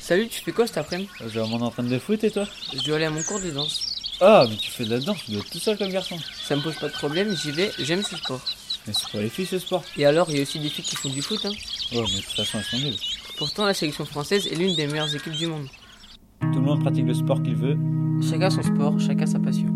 Salut, tu fais quoi cet après-midi Je vais à Ah, mon entraîne de foot et toi Je dois aller à mon cours de danse. Ah, mais tu fais de la danse, tu dois être tout seul comme garçon. Ça me pose pas de problème, j'y vais, j'aime ce sport. Mais c'est pour les filles ce sport. Et alors, il y a aussi des filles qui font du foot. Hein. Ouais, mais de toute façon, elles sont nulles. Pourtant, la sélection française est l'une des meilleures équipes du monde. Tout le monde pratique le sport qu'il veut. Chacun son sport, chacun sa passion.